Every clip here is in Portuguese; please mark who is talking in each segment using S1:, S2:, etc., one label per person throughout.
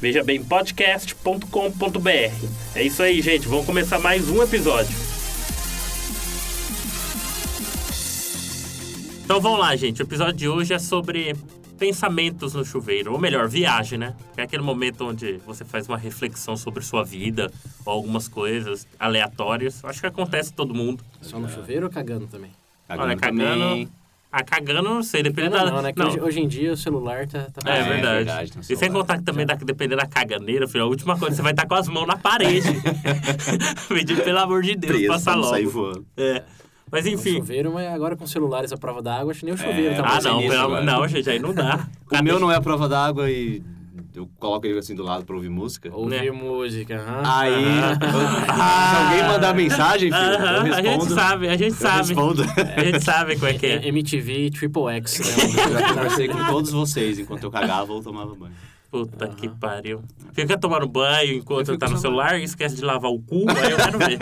S1: vejabempodcast.com.br. É isso aí, gente, vamos começar mais um episódio. Então vamos lá, gente. O episódio de hoje é sobre pensamentos no chuveiro, ou melhor, viagem, né? É aquele momento onde você faz uma reflexão sobre sua vida ou algumas coisas aleatórias. Acho que acontece com todo mundo.
S2: Só no chuveiro ou cagando também?
S1: Olha, cagando.
S3: também.
S1: Ah, cagando, não sei, depende
S2: Cagando
S1: da.
S2: não, né? Que Hoje, hoje em dia o celular tá... tá
S1: É,
S3: É,
S2: mais-
S1: verdade.
S3: verdade, tem
S1: e sem
S3: celular.
S1: contar que também, da, dependendo da caganeira, filho, a última coisa, você vai estar com as mãos na parede. Pedindo, pelo amor de Deus,
S3: Preso,
S1: passa
S3: pra não
S1: logo.
S3: sair voando.
S1: É. Mas
S2: No
S1: enfim.
S2: chuveiro, mas agora com celulares à prova d'água, acho que nem o chuveiro tá
S3: Ah,
S1: Ah,
S2: mais
S3: pensei
S1: não,
S3: nisso
S1: pelo amor.
S3: agora.
S1: Não, gente, aí não dá.
S3: O meu não é a prova d'água e eu coloco ele assim do lado pra ouvir música.
S2: Ouvir música, aham.
S3: Aí, se
S1: Ah.
S3: alguém mandar mensagem, filho, eu
S1: Aham, a
S3: respondo. né?
S1: gente sabe, a gente
S3: Eu
S1: sabe.
S3: respondo.
S1: A gente sabe qual é que é.
S2: MTV Triple X,
S3: Eu já
S2: né?
S3: conversei com todos vocês enquanto eu cagava ou tomava banho.
S1: Puta que pariu. Fica tomando banho enquanto
S3: Eu fico
S1: tá no
S3: tomando-
S1: celular e esquece de lavar o cu, aí eu quero ver.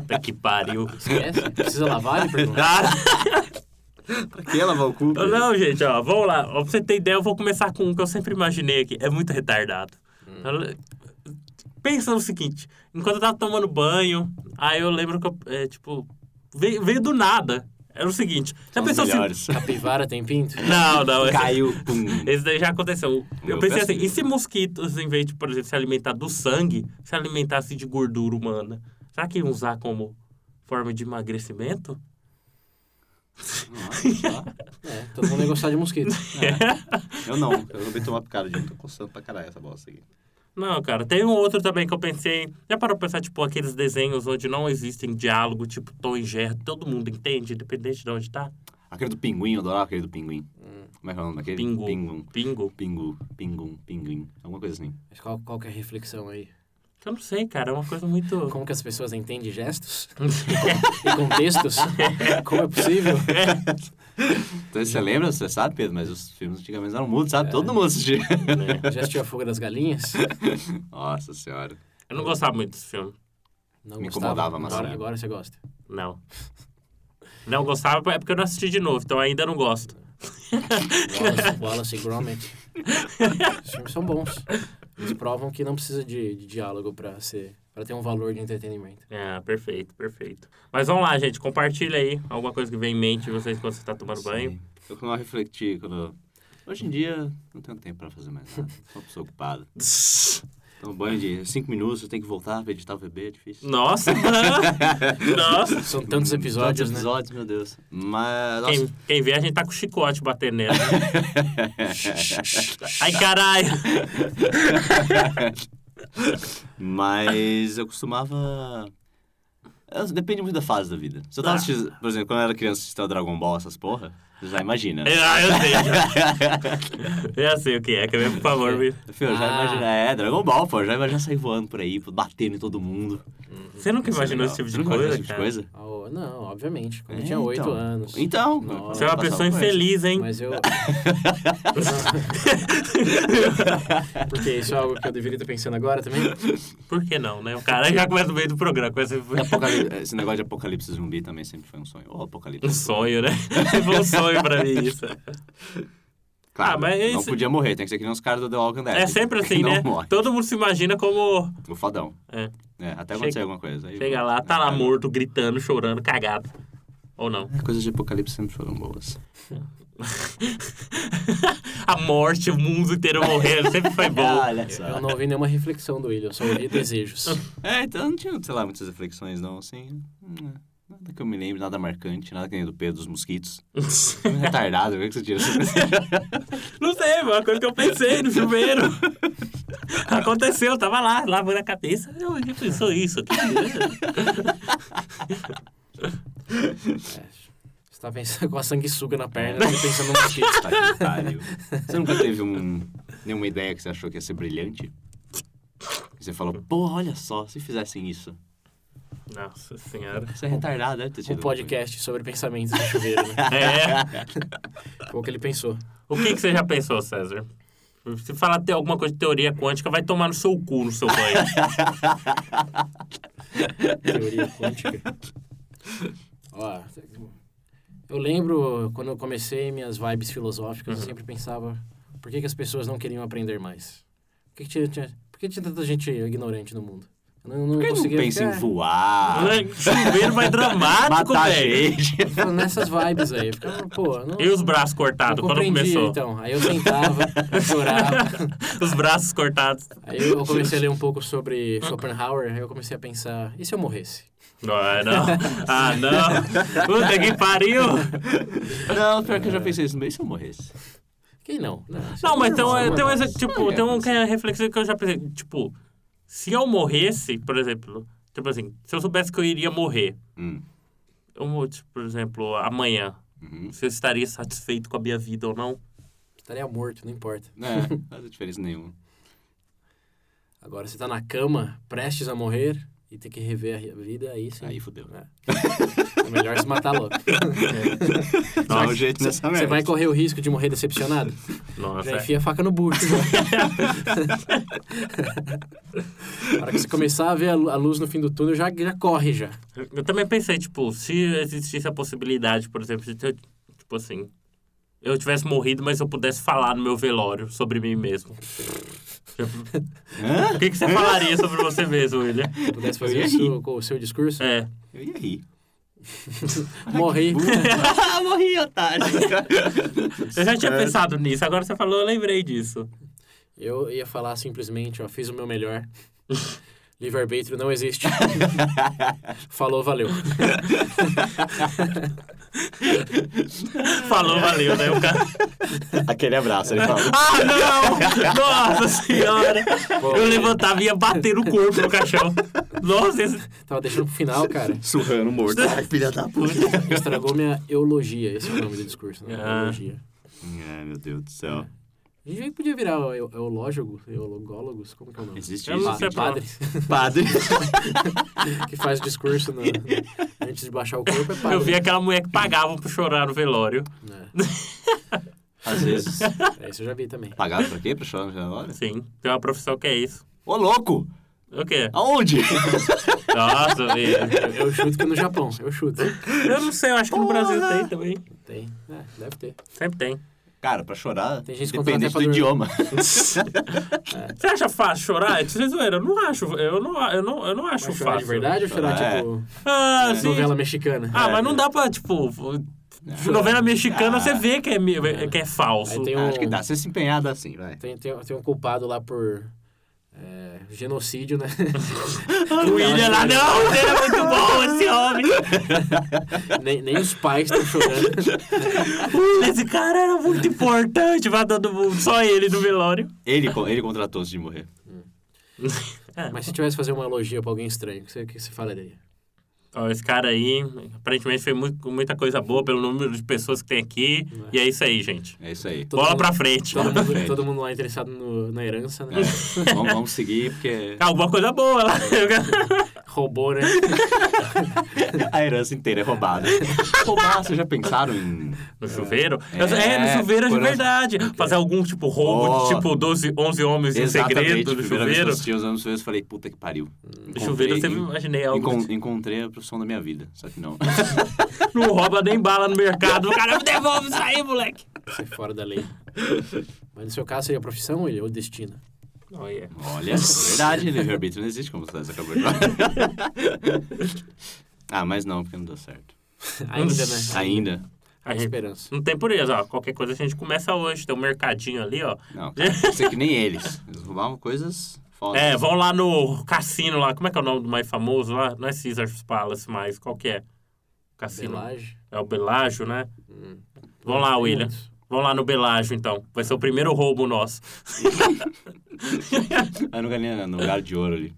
S1: Puta que pariu.
S2: Esquece. É, Precisa lavar? né, Ele pergunta.
S1: Ah,
S3: Pra que lavar o cu? filho?
S1: não, gente, ó, vamos lá. Ó, Pra você ter ideia, eu vou começar com um que eu sempre imaginei aqui. É muito retardado.
S3: Hum.
S1: Ela- Pensa no seguinte, enquanto eu tava tomando banho, aí eu lembro que eu, é, tipo, veio, veio do nada. Era o seguinte, já
S3: São os
S1: pensou assim...
S3: melhores.
S2: Capivara tem pinto?
S1: Não, não, é-
S3: Caiu, pum.
S1: Esse daí já aconteceu. Eu
S3: Meu
S1: pensei assim,
S3: Deus.
S1: e se mosquitos, em vez de, por exemplo, se alimentar do sangue, se alimentasse de gordura humana? Será que iam usar como forma de emagrecimento?
S2: É, todo mundo ia gostar de mosquito.
S3: Eu não, eu acabei de tomar pro cara de um, tô coçando pra caralho essa bosta aqui.
S1: Não, cara. Tem um outro também que eu pensei. Já parou pra pensar, tipo, aqueles desenhos onde não existem diálogo, tipo Tom e Jerry, todo mundo entende, independente de onde tá?
S3: Aquele do pinguim, eu adorava aquele do pinguim. Como é que é o nome daquele?
S1: Pingu.
S3: Pinguim.
S1: Pingo.
S3: Pingu, pinguim, pinguim. Alguma coisa assim.
S2: Mas qual, qual que é a reflexão aí?
S1: Eu não sei, cara. É uma coisa muito.
S2: Como que as pessoas entendem gestos? e contextos? Como é possível?
S3: Então,
S2: Uhum.
S3: você lembra, você sabe, Pedro, mas os filmes antigamente eram mudos, sabe?
S2: É.
S3: Todo mundo assistia.
S1: né?
S2: Já assistiu a fuga das galinhas?
S3: Nossa senhora.
S1: Eu não gostava muito desse filme.
S2: Não
S3: Me
S2: gostava?
S3: incomodava, mas
S2: agora,
S3: era.
S2: agora você gosta.
S1: Não. Não gostava é porque eu não assisti de novo, então ainda não gosto.
S2: Wallace, Wallace e Gromit. assim, Os filmes são bons. Eles provam que não precisa de, de diálogo pra ser para ter um valor de entretenimento.
S1: Ah, perfeito, perfeito. Mas vamos lá, gente, compartilha aí alguma coisa que vem em mente de vocês quando você tá tomando banho.
S3: Eu quando eu refleti, quando eu- Hoje em dia, não tenho tempo pra fazer mais nada. Sou uma pessoa ocupada. Então, banho de cinco minutos, eu tenho que voltar pra editar o bebê, é difícil.
S1: Nossa! Nossa!
S2: São tantos episódios,
S3: Tantos
S2: né?
S3: episódios, meu Deus. Mas, nossa,
S1: Quem, quem vê, a gente tá com chicote batendo nela. Ai, caralho!
S3: mas eu costumava... eu- Depende muito da fase da vida. Se eu
S1: Ah.
S3: tava assistindo, por exemplo, quando eu era criança, assistia o Dragon Ball, essas porra, você já imagina.
S1: Ah, eu sei. já. Eu sei o que é, quer ver, por favor, me...
S3: Filho, eu já
S2: Ah.
S3: imagina. É, Dragon Ball, pô. eu Já imagina sair voando por aí, pô, batendo em todo mundo.
S1: Você nunca
S3: Isso é
S1: imaginou
S3: legal.
S1: esse tipo
S3: Você
S1: de
S3: nunca imaginou
S1: coisa,
S3: esse tipo de
S1: cara?
S3: coisa?
S2: Oh, não, obviamente. Quando eu
S3: É,
S2: tinha oito
S3: então.
S2: anos.
S3: Então,
S2: Nossa.
S1: Você é uma
S3: passava
S1: pessoa
S3: por isso.
S1: infeliz, hein?
S2: Mas eu. Porque isso é algo que eu deveria estar pensando agora também.
S1: Por que não, né? O cara já começa no meio do programa, começa...
S3: Apocalipse- Esse negócio de apocalipse zumbi também sempre foi um sonho. Ô,
S1: Um
S3: apocalipse.
S1: sonho, né? Foi um sonho pra mim isso.
S3: Claro,
S1: Ah, mas
S3: não
S1: esse-
S3: podia morrer, tem que ser que nem os caras do The Walking Dead.
S1: É sempre assim,
S3: não
S1: né?
S3: morre.
S1: Todo mundo se imagina como.
S3: O fodão.
S1: É.
S3: É, até acontecer
S1: Chega-
S3: alguma coisa. Aí
S1: Chega
S3: volta.
S1: lá, tá
S3: É,
S1: lá
S3: é.
S1: morto, gritando, chorando, cagado. Ou não?
S3: Coisas de apocalipse sempre foram boas.
S1: A morte, o mundo inteiro morrendo, sempre foi bom.
S3: Olha só.
S2: Eu não ouvi nenhuma reflexão do William, eu só ouvi desejos.
S3: É, então não tinha, sei lá, muitas reflexões, não, assim. hum, Nada que eu me lembre, nada marcante, nada que nem do Pedro dos mosquitos. Retardado, por que que você tira essas
S1: Não sei, foi uma coisa que eu pensei no chuveiro. Aconteceu, eu tava lá, lavando a cabeça. Eu já pensou isso. que coisa.
S2: É. Você tá pensando com a sanguessuga na perna,
S3: É.
S2: eu tô pensando no mosquito.
S3: Tá que pariu. Você nunca teve um, nenhuma ideia que você achou que ia ser brilhante? E você fala, porra, olha só, se fizessem isso.
S1: Nossa senhora.
S3: Você é retardado, deve ter
S2: Um
S3: sido.
S2: podcast sobre pensamentos de chuveiro, né?
S1: É.
S2: Foi o que ele pensou.
S1: O que, que você já pensou, César? Se falar até alguma coisa de teoria quântica, vai tomar no seu cu, no seu banho.
S2: Teoria quântica. Ó, eu lembro quando eu comecei minhas vibes filosóficas, eu sempre pensava por que, que as pessoas não queriam aprender mais? Por que, que tinha, tinha- por que tinha tanta gente ignorante no mundo? Eu não, não
S3: Por que não
S2: conseguia
S3: pensa em
S2: ficar-
S3: voar,
S1: Chuveiro vai dramático,
S3: matar
S1: velho.
S3: gente?
S2: ficava nessas vibes aí. Eu Ficava, pô, eu não,
S1: E os braços
S2: não
S1: cortados, quando
S2: compreendia,
S1: começou?
S2: então. Aí eu sentava, chorava.
S1: Os braços cortados.
S2: Aí eu comecei a ler um pouco sobre Schopenhauer, aí eu comecei a pensar, e se eu morresse?
S1: Não, é, não. Ah, não. Puta que pariu.
S3: Não, pior que eu já pensei isso mesmo, se eu morresse.
S2: Quem não?
S1: Não, mas tem, um-
S2: Normal,
S1: tem, um,
S2: normal.
S1: exe- tipo, tem um que é reflexão que eu já pensei. Tipo, se eu morresse, por exemplo... Tipo assim, se eu soubesse que eu iria morrer,
S3: Hum.
S1: eu, mor- tipo, por exemplo, amanhã,
S3: Uhum.
S1: se eu estaria satisfeito com a minha vida ou não?
S2: Estaria morto, não importa.
S3: É, não faz diferença nenhuma.
S2: Agora, você tá na cama, prestes a morrer, e tem que rever a re- vida, aí sim.
S3: Aí fudeu.
S2: É. É melhor se matar logo.
S3: Dá um jeito nessa merda.
S2: Você vai correr o risco de morrer decepcionado?
S1: Nossa,
S2: Já
S1: é.
S2: enfia a faca no bucho. né? Na hora que você começar a ver a lu- a luz no fim do túnel, já, já corre já.
S1: Eu também pensei, tipo, se existisse a possibilidade, por exemplo, de eu, tipo assim, eu tivesse morrido, mas eu pudesse falar no meu velório sobre mim mesmo. Tipo,
S3: Hã?
S1: o que, que você falaria sobre você mesmo, William?
S2: Se pudesse fazer
S3: Eu ia
S2: o seu, com o seu discurso,
S1: É.
S3: Eu ia rir.
S2: morri.
S3: ah, morri, otário.
S1: Eu já tinha pensado nisso, agora você falou, eu lembrei disso.
S2: Eu ia falar simplesmente, ó, fiz o meu melhor. Livre-arbítrio não existe. Falou, valeu.
S1: Falou, valeu, né? O cara.
S3: Aquele abraço, ele fala.
S1: Ah, não! Nossa senhora! Eu levantava e ia bater o corpo no caixão. Nossa, esse...
S2: Tava deixando pro final, cara.
S3: Surrando morto. Ai, filha da puta.
S2: Estragou minha eulogia, esse é o nome do discurso, né?
S1: Ah.
S2: Eulogia.
S3: Ai, meu Deus do céu.
S2: A gente podia virar eu- eulógigo, eulogólogos, como que é o nome?
S3: Existe
S1: Eu
S3: isso.
S1: não sei
S3: gente.
S1: pra-
S2: Padre,
S3: Padre.
S2: que faz discurso na- na- antes de baixar o corpo, é padre. né?
S1: eu vi aquela mulher que pagava pra chorar no velório.
S3: Às vezes.
S2: É, isso eu já vi também.
S3: Pagado pra quê? Pra chorar na hora?
S1: Sim, tem uma profissão que é isso.
S3: Ô, louco!
S1: O quê?
S3: Aonde?
S1: Nossa,
S2: Eu, eu chuto que no Japão, eu chuto.
S1: Eu não sei, eu acho que no
S3: Porra!
S1: Brasil tem também.
S2: Tem, é, deve ter.
S1: Sempre tem.
S3: Cara, pra chorar,
S2: Tem gente que contrata
S3: dependente
S2: pra
S3: do
S2: dormir.
S3: idioma.
S1: Você acha fácil chorar? Isso é zoeira. Eu não acho. Eu não, eu não, eu não acho
S2: Mas chorar
S1: fácil.
S2: de verdade ou chorar,
S3: É.
S2: tipo,
S1: Ah, sim.
S2: novela mexicana?
S1: Ah, mas não dá pra, tipo. Novela mexicana você vê que é, mi- que é falso.
S2: Aí tem
S3: Ah,
S2: um,
S3: Acho que dá. Você se empenhar, dá sim, assim, vai.
S2: Tem, tem, tem um culpado lá por é, genocídio, né?
S1: O William Ah, lá, não, ele é muito bom esse homem.
S2: nem, nem os pais estão chorando.
S1: William, esse cara era muito importante pra todo mundo. Só ele no velório.
S3: Ele, co- ele contratou antes de morrer.
S2: Mas se tivesse que fazer uma elogia pra alguém estranho, o que você, o que você falaria?
S1: Ó, esse cara aí, aparentemente, fez muito- muita coisa boa pelo número de pessoas que tem aqui. E é isso aí, gente.
S3: É isso aí.
S2: Todo
S1: Bola
S2: mundo-
S1: pra frente.
S2: Todo
S3: Bola pra
S2: mundo,
S3: frente.
S2: todo mundo lá interessado no- na herança, né?
S3: É, vamos, vamos seguir, porque
S1: Alguma coisa boa lá.
S2: Roubou, né?
S3: a herança inteira é roubada. Roubar, vocês já pensaram em...
S1: No chuveiro?
S3: É.
S1: Eu- É, no chuveiro de
S3: Por-
S1: verdade. Fazer algum tipo roubo, de,
S3: Oh.
S1: tipo 12, 11 homens em é segredo no
S3: primeira vez que eu
S1: chuveiro.
S3: assisti os anos eu falei, puta que pariu.
S1: No chuveiro eu sempre
S3: Encontrei-
S1: imaginei algo.
S3: Encon- encontrei a profissão da minha vida, só que não.
S1: Não rouba nem bala no mercado. O cara me devolve isso aí, moleque.
S2: Você é fora da lei. Mas no seu caso seria a profissão ou ele- ou o destino?
S1: Olha.
S3: Olha, é verdade, livre-arbítrio não existe como você acabou de falar. ah, mas não, porque não deu certo.
S2: Ainda, né?
S3: Ainda.
S1: A
S2: Há
S1: gente-
S2: esperança.
S1: Não tem pureza, ó. Qualquer coisa a gente começa hoje. Tem um mercadinho ali, ó.
S3: Não, cara, eu sei que nem eles. Eles roubavam coisas fodas.
S1: É, vão lá no cassino lá. Como é que é o nome do mais famoso lá? Não é Caesar's Palace mais. Qual que é? Cassino.
S2: Belage.
S1: É o Belágio, né?
S3: Hum.
S1: Vão lá, William. Vão lá no Belágio, então. Vai ser o primeiro roubo nosso.
S3: Ah, não ganhei no lugar de ouro ali.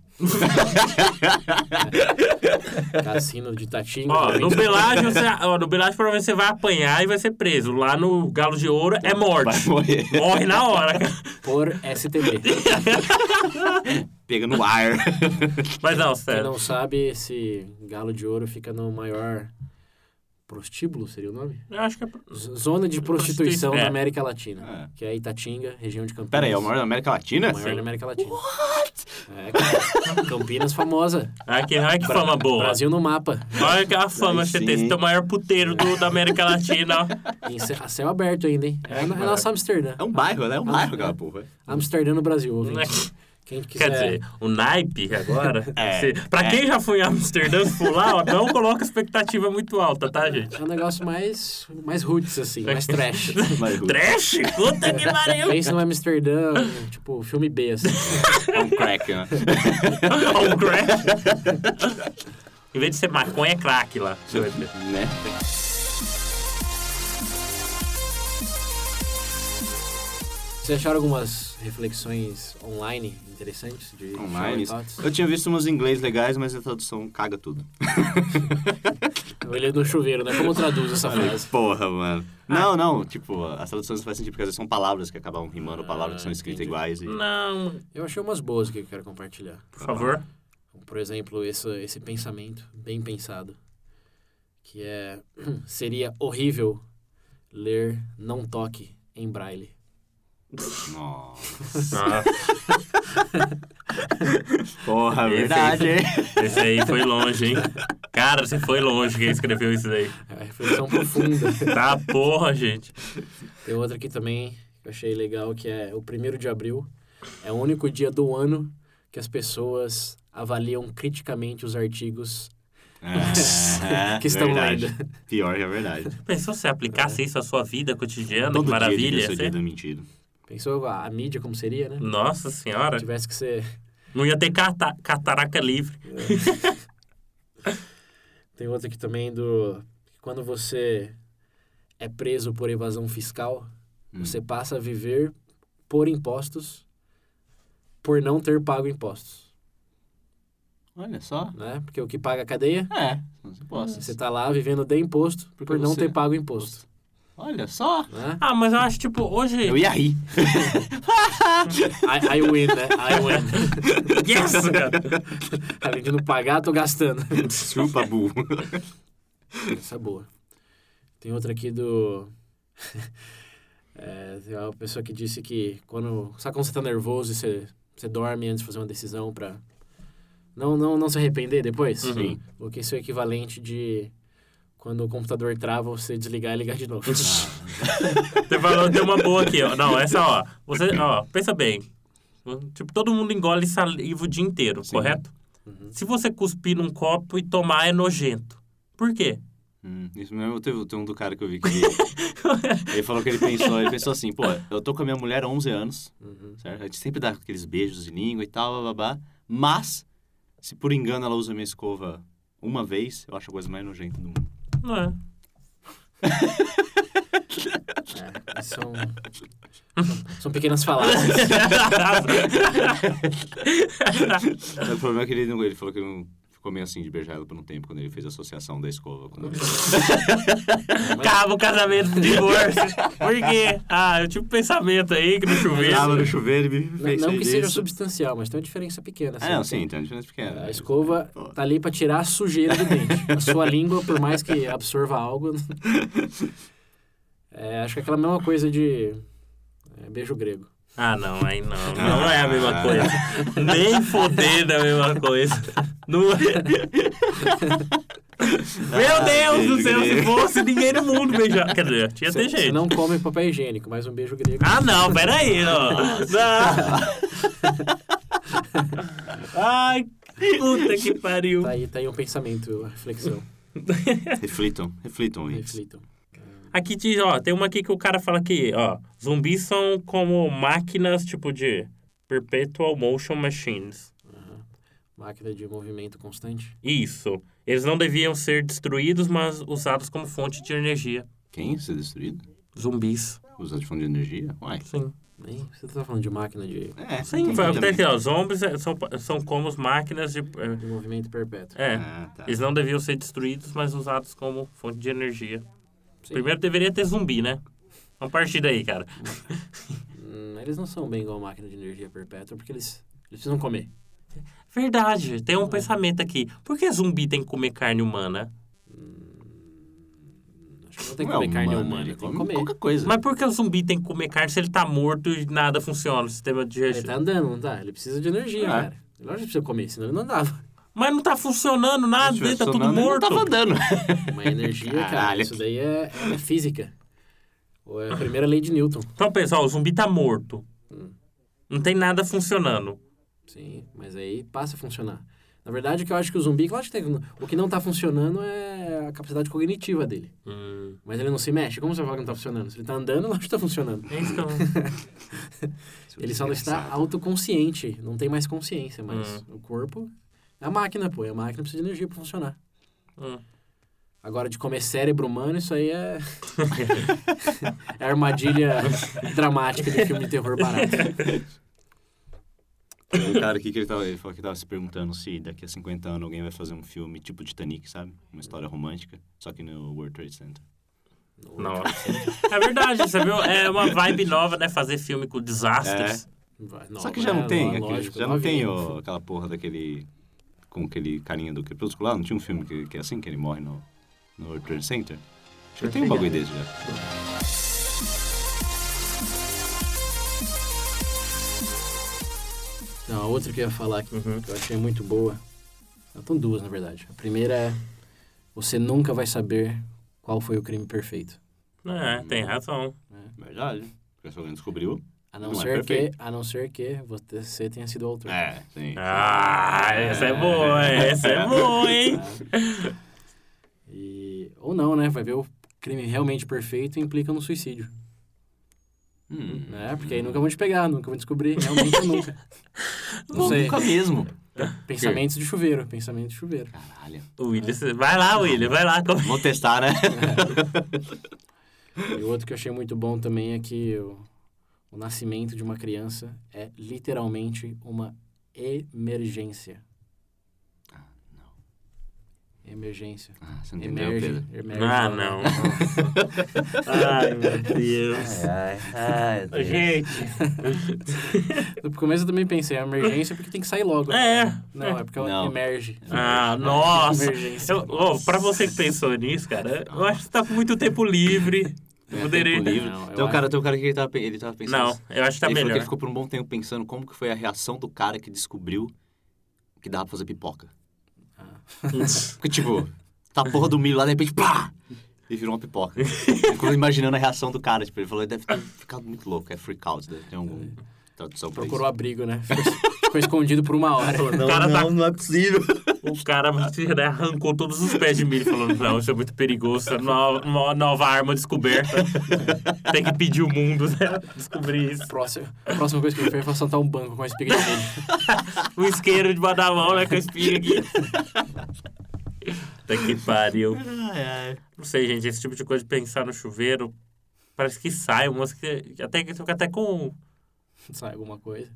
S2: Cassino de Tatinga.
S1: Ó,
S2: também.
S1: no Belágio, você, ó, no Belágio provavelmente você vai apanhar e vai ser preso. Lá no Galo de Ouro é
S3: Vai
S1: morte.
S3: morrer. É.
S1: Morre na hora. cara.
S2: Por STB.
S3: pega no ar.
S1: Mas não,
S2: Quem
S1: sério.
S2: não sabe, esse galo de ouro fica no maior prostíbulo, seria o nome?
S1: Eu acho que é...
S2: Z- Zona de prostituição
S1: Prostitui- é.
S2: da América Latina,
S3: É.
S2: que é Itatinga, região de Campinas.
S3: Pera aí, é o maior da América Latina?
S2: O maior da América Latina. What? É, cara. Campinas famosa.
S1: Ai, que, ai, que fama boa.
S2: Brasil no mapa.
S1: Olha que a fama
S3: Aí
S1: que você
S3: sim,
S1: tem. Você
S3: hein?
S1: tem o maior puteiro do- da América Latina. ó.
S2: Em ce- a céu aberto ainda, hein? É, a- é a nossa Amsterdã.
S3: É um bairro, né? É um bairro aquela porra.
S2: Amsterdã no Brasil, ouvinte. Quem
S1: é Quer
S2: quiser.
S1: dizer, o naipe agora.
S3: É,
S1: você- pra
S3: é.
S1: quem já foi em Amsterdã, se for lá, ó, não coloca expectativa muito alta, tá, gente?
S2: É um negócio mais, mais roots, assim, mais trash.
S3: É um Bairro.
S1: Trash? Puta que pariu!
S2: Pensa no Amsterdã, tipo, filme B, assim.
S3: É um crack, né?
S1: Ó, o crack. Em vez de ser maconha, é crack lá. Você vai ver.
S3: né?
S2: Vocês acharam algumas reflexões online interessantes? De
S3: Online.
S2: Shower Thoughts?
S3: Eu tinha visto umas em inglês legais, mas a tradução caga tudo.
S2: Ele é do chuveiro, né? Como traduz essa frase?
S3: Porra, mano. Não, não, tipo, as traduções fazem sentido porque às vezes são palavras que acabam rimando, palavras que são escritas iguais. E...
S1: Não,
S2: Eu achei umas boas que eu quero compartilhar.
S1: por favor.
S2: Então, Por exemplo, esse, esse pensamento, bem pensado, que é... Seria horrível ler Não Toque em Braille.
S3: Nossa.
S1: Nossa,
S3: Porra,
S1: Esse aí
S3: verdade, hein?
S1: esse aí foi longe, hein? Cara, você foi longe quem escreveu isso daí.
S2: É uma reflexão profunda.
S1: Tá porra, gente.
S2: Tem outra aqui também que eu achei legal, que é o primeiro de abril. É o único dia do ano que as pessoas avaliam criticamente os artigos
S3: É,
S2: que estão lá
S3: verdade.
S2: ainda.
S3: Pior que a verdade.
S1: Pensou se aplicasse isso à sua vida cotidiana?
S3: Todo
S1: que
S3: dia
S1: maravilha. é.
S3: devia ser o
S1: você-
S3: dia do mentido.
S2: Pensou a, a mídia como seria, né?
S1: Nossa senhora.
S2: Se tivesse que ser...
S1: Não ia ter cata- cataraca livre.
S2: Tem outra aqui também do... que Quando você é preso por evasão fiscal,
S3: Hum.
S2: você passa a viver por impostos por não ter pago impostos,
S3: Olha só.
S2: né? Porque o que paga a cadeia,
S3: É, não se possa.
S2: você tá lá vivendo de imposto
S3: Porque
S2: por não
S3: você-
S2: ter pago imposto,
S3: Olha só.
S2: né?
S1: Ah, mas eu acho, tipo, hoje.
S3: Eu ia rir.
S2: I, I win, né? I win.
S1: Yes, cara.
S2: Além de não pagar, tô gastando.
S3: Chupa, burro.
S2: Essa é boa. Tem outra aqui do. É, tem uma pessoa que disse que quando. Sabe quando você tá nervoso e você, você dorme antes de fazer uma decisão pra. Não, não, não se arrepender depois?
S1: Uhum. Sim.
S2: O que isso é o equivalente de quando o computador trava, você desligar e ligar de novo.
S1: Você falou, deu uma boa aqui, ó. Não, essa, ó. Você, ó, pensa bem. Tipo, todo mundo engole saliva o dia inteiro, correto?
S3: Uhum.
S1: Se você cuspir num copo e tomar, é nojento. Por quê?
S3: Hum, isso mesmo, teve, tem um do cara que eu vi que... ele falou que ele pensou, ele pensou assim, pô, eu tô com a minha mulher há 11 anos, certo? A gente sempre dá aqueles beijos de língua e tal, babá, mas se por engano ela usa minha escova uma vez, eu acho a coisa mais nojenta do mundo.
S1: Não é.
S2: É, são, são pequenas falácias.
S3: Mas o problema é que ele, não- ele falou que não ficou meio assim de beijar ela por um tempo, quando ele fez a associação da escova. Quando ele...
S1: Acaba o casamento, o divórcio. Por quê? Ah, eu tive um pensamento aí que no chuveiro.
S3: Tava no chuveiro e me
S2: Não,
S3: fez
S2: não
S3: sair
S2: que seja
S3: disso.
S2: substancial, mas tem uma diferença pequena. assim,
S3: Ah, não,
S2: não
S3: sim, tem uma diferença pequena.
S2: A escova
S3: Pô.
S2: tá ali pra tirar a sujeira do dente. A sua língua, por mais que absorva algo. né? É, acho que é aquela mesma coisa de. é, beijo grego.
S1: Ah, não, aí não. Não é a mesma coisa. Nem foder da mesma coisa. Não é. Meu Deus do céu, se fosse ninguém no mundo beijar. Quer dizer, tinha ter
S2: Você
S1: gente.
S2: não come papel higiênico, mas um beijo grego.
S1: É Ah, não, peraí. Ó. Não. Ai, puta que pariu.
S2: Tá aí, tá aí um pensamento, uma reflexão.
S3: Reflitam, reflitam, gente.
S2: Reflitam.
S1: Aqui diz, ó, tem uma aqui que o cara fala que, ó, zumbis são como máquinas tipo de perpetual motion machines.
S2: Máquina de movimento constante.
S1: Isso. Eles não deviam ser destruídos, mas usados como fonte de energia.
S3: Quem ser destruído?
S1: Zumbis.
S3: Usar de fonte de energia? Uai.
S1: Sim.
S2: Nem você tá falando de máquina de,
S3: É,
S1: Sim,
S3: tem
S1: vai
S2: tá
S3: também.
S1: até aqui, ó. Zumbis é, são, são como as máquinas de.
S2: de movimento perpétuo.
S1: É. é.
S3: Ah, tá.
S1: Eles não deviam ser destruídos, mas usados como fonte de energia.
S2: Sim.
S1: Primeiro deveria ter zumbi, né? Vamos partir daí, cara.
S2: Hum, eles não são bem igual máquina de energia perpétua porque eles, eles precisam comer.
S1: Verdade, tem um
S3: Hum.
S1: pensamento aqui. Por que zumbi tem que comer carne humana?
S2: Acho que não tem que comer carne humana,
S3: é um
S2: né?
S3: ele
S2: tem que
S3: come
S2: comer.
S3: qualquer coisa.
S1: Mas por que o zumbi tem que comer carne se ele tá morto e nada funciona? O sistema
S2: Ele tá
S1: digestivo.
S2: andando, não tá? Ele precisa de energia,
S3: É.
S2: cara. Ele lógico que precisa comer, senão ele não andava.
S1: Mas não tá funcionando nada,
S3: Se tivesse
S1: ele tá tudo
S3: funcionando, ele
S1: morto.
S3: Não tava andando.
S2: Uma energia, cara.
S3: Caralho.
S2: Isso daí é, é física. Ou é a primeira lei de Newton.
S1: Então, pessoal, o zumbi tá morto. Não tem nada funcionando.
S2: Sim, mas aí passa a funcionar. Na verdade, o que eu acho que o zumbi, claro que tem. O que não tá funcionando é a capacidade cognitiva dele. Mas ele não se mexe. Como você fala que não tá funcionando? Se ele tá andando, lógico que tá funcionando.
S1: É isso que eu...
S2: Ele só não está autoconsciente, não tem mais consciência, mas
S3: Hum.
S2: o corpo é a máquina, pô. E a máquina precisa de energia pra funcionar.
S1: Hum.
S2: Agora, de comer cérebro humano, isso aí é. é armadilha dramática de filme de terror barato.
S3: Tem um cara aqui que ele, tava, ele falou que tava se perguntando se daqui a 50 anos alguém vai fazer um filme tipo Titanic, sabe? Uma história romântica, só que no World Trade Center.
S1: Não. É verdade, você viu? É uma vibe nova, né? Fazer filme com desastres.
S2: Vai,
S3: só que
S2: vai,
S3: já não
S2: é,
S3: tem, aquele-
S2: lógico,
S3: já não
S2: vai
S3: tem
S2: vir.
S3: o- aquela porra daquele... Com aquele carinha do Crepúsculo lá, não tinha um filme que, que é assim, que ele morre no, no World Trade Center? Acho que tem um bagulho desse já.
S2: Não, a outra que eu ia falar aqui,
S3: Uhum.
S2: que eu achei muito boa. Não, São duas, na verdade. A primeira é: você nunca vai saber qual foi o crime perfeito.
S1: É, tem razão.
S3: Verdade. Porque se alguém descobriu...
S2: A não,
S3: Não é
S2: ser que,
S3: perfeito.
S2: a não ser que você tenha sido o autor.
S3: É, sim.
S1: Ah, essa é boa, essa é boa, hein?
S2: E, ou não, né? Vai ver o crime realmente perfeito implica no suicídio.
S3: Hum.
S2: Né? Porque aí nunca vão te pegar, nunca vão descobrir, realmente ou nunca. Não sei.
S3: Nunca mesmo.
S2: Pensamentos de chuveiro, pensamentos de chuveiro.
S3: Caralho.
S1: O William, você- vai lá, William, vai lá. come-
S3: Vou testar, né?
S2: E outro que eu achei muito bom também é que o, o nascimento de uma criança é literalmente uma emergência.
S3: Ah, não.
S2: Emergência.
S3: Ah, você não entendeu,
S2: Emerge.
S3: Pedro.
S2: emerge
S1: Ah,
S2: lá, né?
S1: não. Ai, meu Deus.
S3: ai,
S1: Gente,
S2: No começo eu também pensei, é emergência porque tem que sair logo.
S1: É.
S2: Não, é porque ela
S3: Não.
S2: emerge.
S1: ah, nossa.
S2: Emergência.
S1: Eu, ô, pra você que pensou nisso, cara, eu acho que você tá com muito tempo livre.
S3: É,
S1: Poderia-
S3: tempo livre.
S2: Não, eu
S3: tem, um cara,
S2: acho-
S3: tem um cara que ele tava, pe- ele tava pensando. assim,
S1: Não,
S3: ele
S1: eu acho que tá
S3: falou que
S1: melhor.
S3: ele ficou por um bom tempo pensando como que foi a reação do cara que descobriu que dava pra fazer pipoca. Porque, tipo, tá a porra do milho lá, de repente, pá! E virou uma pipoca. Ele Ficou imaginando a reação do cara. Tipo, ele falou, ele deve ter ficado muito louco. É freak out, deve ter alguma tradução pra
S2: Procurou
S3: É isso.
S2: abrigo, né? Ficou, ficou escondido por uma hora.
S1: O cara tá
S3: não é possível.
S1: O cara né, arrancou todos os pés de milho falando, não, isso é muito perigoso, nova, uma nova arma descoberta. Tem que pedir o mundo, né? Descobrir isso.
S2: Próximo, a próxima coisa que ele fez foi assaltar um banco com a espiga de milho.
S1: O isqueiro de da mão, né, com a espinha aqui. Tá que pariu. Não sei, gente, esse tipo de coisa de pensar no chuveiro, parece que sai umas que... Até que você fica até com...
S2: Sai alguma coisa.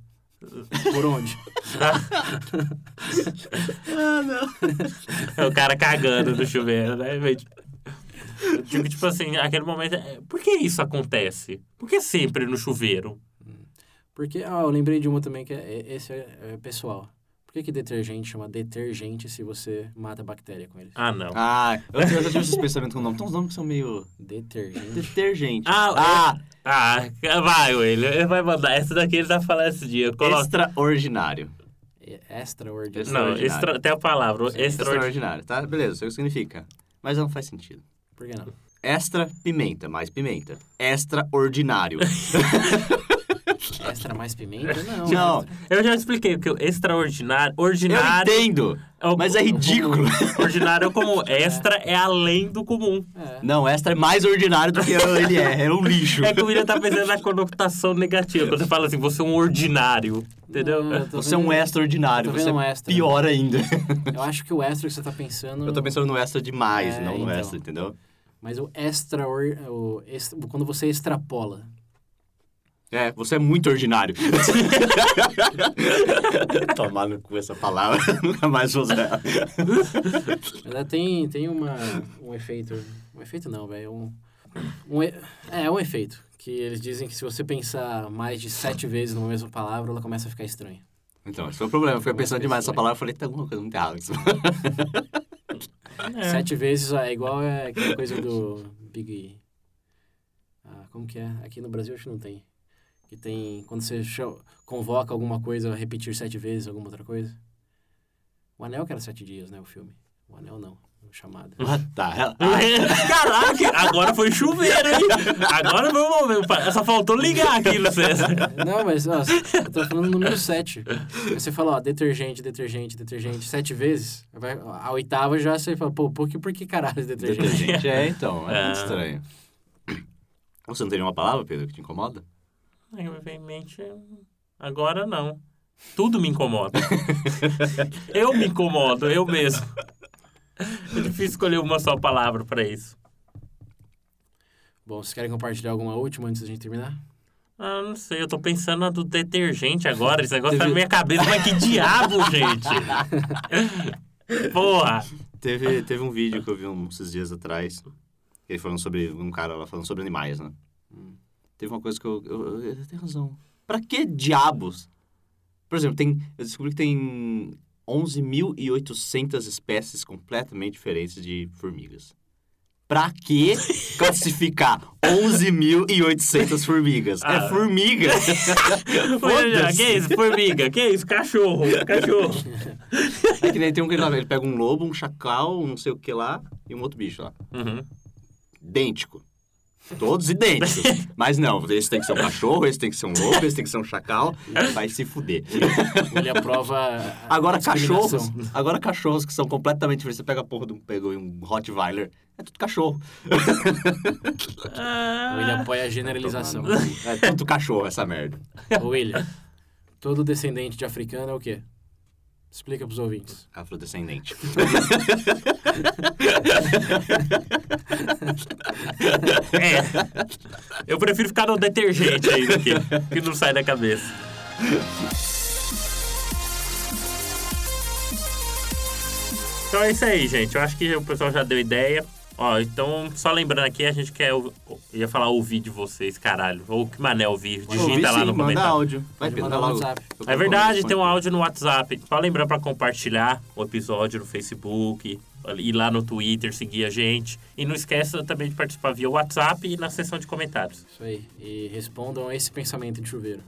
S2: Por onde?
S1: o cara cagando no chuveiro, né, gente? Eu digo, tipo assim, aquele momento... é, Por que isso acontece? Por que sempre no chuveiro?
S2: Porque, ah, eu lembrei de uma também que é, é- esse é, é pessoal. Por que, que detergente chama detergente se você mata a bactéria com ele?
S1: Ah, não.
S3: Ah, eu, eu já tive esses pensamentos com o nome. Tem uns nomes que são meio...
S2: Detergente.
S3: Detergente.
S1: Ah, ah, ah, vai, William. Ele vai mandar. Essa daqui ele tá falando esse dia. Coloca...
S3: Extraordinário.
S2: É extraordinário.
S1: Não,
S3: extraordinário.
S1: extra... tem a palavra. Extraordinário.
S3: Extraordinário, tá? Beleza, sei o que significa. Mas não faz sentido.
S2: Por que não?
S3: Extra, pimenta, mais pimenta. Extraordinário.
S2: Extra mais pimenta? Não.
S3: Não,
S2: extra-
S1: Eu já expliquei o que o extraordinário.
S3: eu
S1: Ordinário.
S3: entendo,
S1: é o-
S3: mas é ridículo.
S1: Ordinário é o comum. Extra é além do comum.
S2: É.
S3: Não, extra é mais ordinário do que ele é. É um lixo.
S1: É que o William tá pensando na conotação negativa. Quando você fala assim, você é um ordinário. Entendeu?
S2: Não, eu tô
S3: Você é um
S2: vendo-
S3: extraordinário,
S2: Tô vendo
S3: você é
S2: um extra.
S3: pior ainda.
S2: Eu acho que o extra que você tá pensando.
S3: Eu tô pensando no extra demais,
S2: É,
S3: não no
S2: então.
S3: extra, entendeu?
S2: Mas o extra. O extra quando você extrapola.
S3: É, você é muito ordinário. Tomar no cu essa palavra, nunca mais vou usar ela.
S2: Mas ela tem, tem uma, um efeito. Um efeito não, velho. Um, um e- é, um efeito. Que eles dizem que se você pensar mais de sete vezes numa mesma palavra, ela começa a ficar estranha.
S3: Então, esse foi o problema. Eu fiquei pensando demais nessa palavra. Eu falei, tem alguma coisa muito errada. com isso.
S1: É.
S2: Sete vezes é igual é aquela coisa do Big. Ah, como que é? Aqui no Brasil acho que não tem. Que tem. Quando você cho- convoca alguma coisa, repetir sete vezes alguma outra coisa. O Anel que era sete dias, né? O filme. O Anel não. o Chamada.
S3: Ah, tá. ela-
S1: Caraca, agora foi chuveiro, hein? Agora foi o momento. Só faltou ligar aqui, licença.
S2: Não, mas ó, eu tô falando do número 7. Você fala, ó, detergente, detergente, detergente, sete vezes. Vai- a oitava já você fala, pô, por que, por que caralho detergente?
S3: Detergente. É, então. É muito
S1: Ah.
S3: estranho. Você não teria uma palavra, Pedro, que te incomoda?
S1: Ai, me vem em mente, Agora não. Tudo me incomoda. eu me incomodo, eu mesmo. É difícil escolher uma só palavra pra isso.
S2: Bom, vocês querem compartilhar alguma última antes da gente terminar?
S1: Ah, não sei, eu tô pensando na do detergente agora. Esse negócio tá na
S3: Teve-
S1: minha cabeça, mas que diabo, gente? Porra!
S3: Teve, teve um vídeo que eu vi um- esses dias atrás. Ele falando sobre. Um cara lá falando sobre animais, né? Teve uma coisa que eu. eu, eu- ele tem razão. Pra que diabos? Por exemplo, tem, eu descobri que tem 11.800 espécies completamente diferentes de formigas. Pra que classificar 11.800 formigas?
S1: Ah.
S3: É formiga!
S1: Foi, já,
S3: Foda-se.
S1: que isso? Formiga, que isso? Cachorro, cachorro.
S3: É que nem tem um que ele, lá, ele pega um lobo, um chacal, um não sei o que lá e um outro bicho lá.
S1: Uhum.
S3: idêntico. Todos idênticos. Mas não, esse tem que ser um cachorro, esse tem que ser um lobo, esse tem que ser um chacal. Vai se fuder.
S2: Ele aprova. a- a
S3: Agora
S2: discriminação.
S3: cachorros, agora cachorros que são completamente diferentes. Você pega a porra de um pegou e um Rottweiler, é tudo cachorro.
S1: Ah,
S2: Ou ele apoia a generalização.
S3: É tudo cachorro essa merda.
S2: Ou ele. Todo descendente de africano é o quê? Explica pros ouvintes.
S3: É Afrodescendente.
S1: É. Eu prefiro ficar no detergente aí do que, que não sai da cabeça. Então é isso aí, gente. Eu acho que o pessoal já deu ideia. Ó, então, só lembrando aqui, a gente quer. ou- ou- Eu ia falar ouvir de vocês, caralho. Ou que mané ouvir. Digita lá no
S3: manda
S1: comentário.
S3: áudio. Vai,
S2: Pode
S3: Pedro,
S2: mandar
S3: dá
S2: no
S3: logo.
S2: WhatsApp.
S3: Eu
S1: É verdade,
S3: coloco
S1: tem um
S3: no
S1: áudio no WhatsApp. Só lembrando pra compartilhar o episódio no Facebook, ir lá no Twitter, seguir a gente. E não esqueça também de participar via WhatsApp e na seção de comentários.
S2: Isso aí. E respondam a esse pensamento de chuveiro.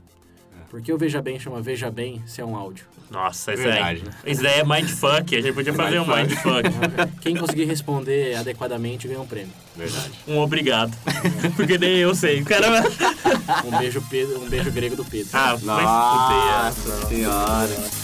S2: Por que o Veja Bem chama Veja Bem se é um áudio?
S1: Nossa, isso
S3: Verdade.
S1: aí. Isso daí é mindfuck. A gente podia fazer um
S3: Mindfuck.
S1: mindfuck.
S2: Quem conseguir responder adequadamente ganha um prêmio.
S3: Verdade.
S1: Um obrigado. Porque nem eu sei. Caramba.
S2: Um beijo, Pedro, um beijo grego do Pedro.
S1: Ah, vai se fuder.
S3: Nossa senhora.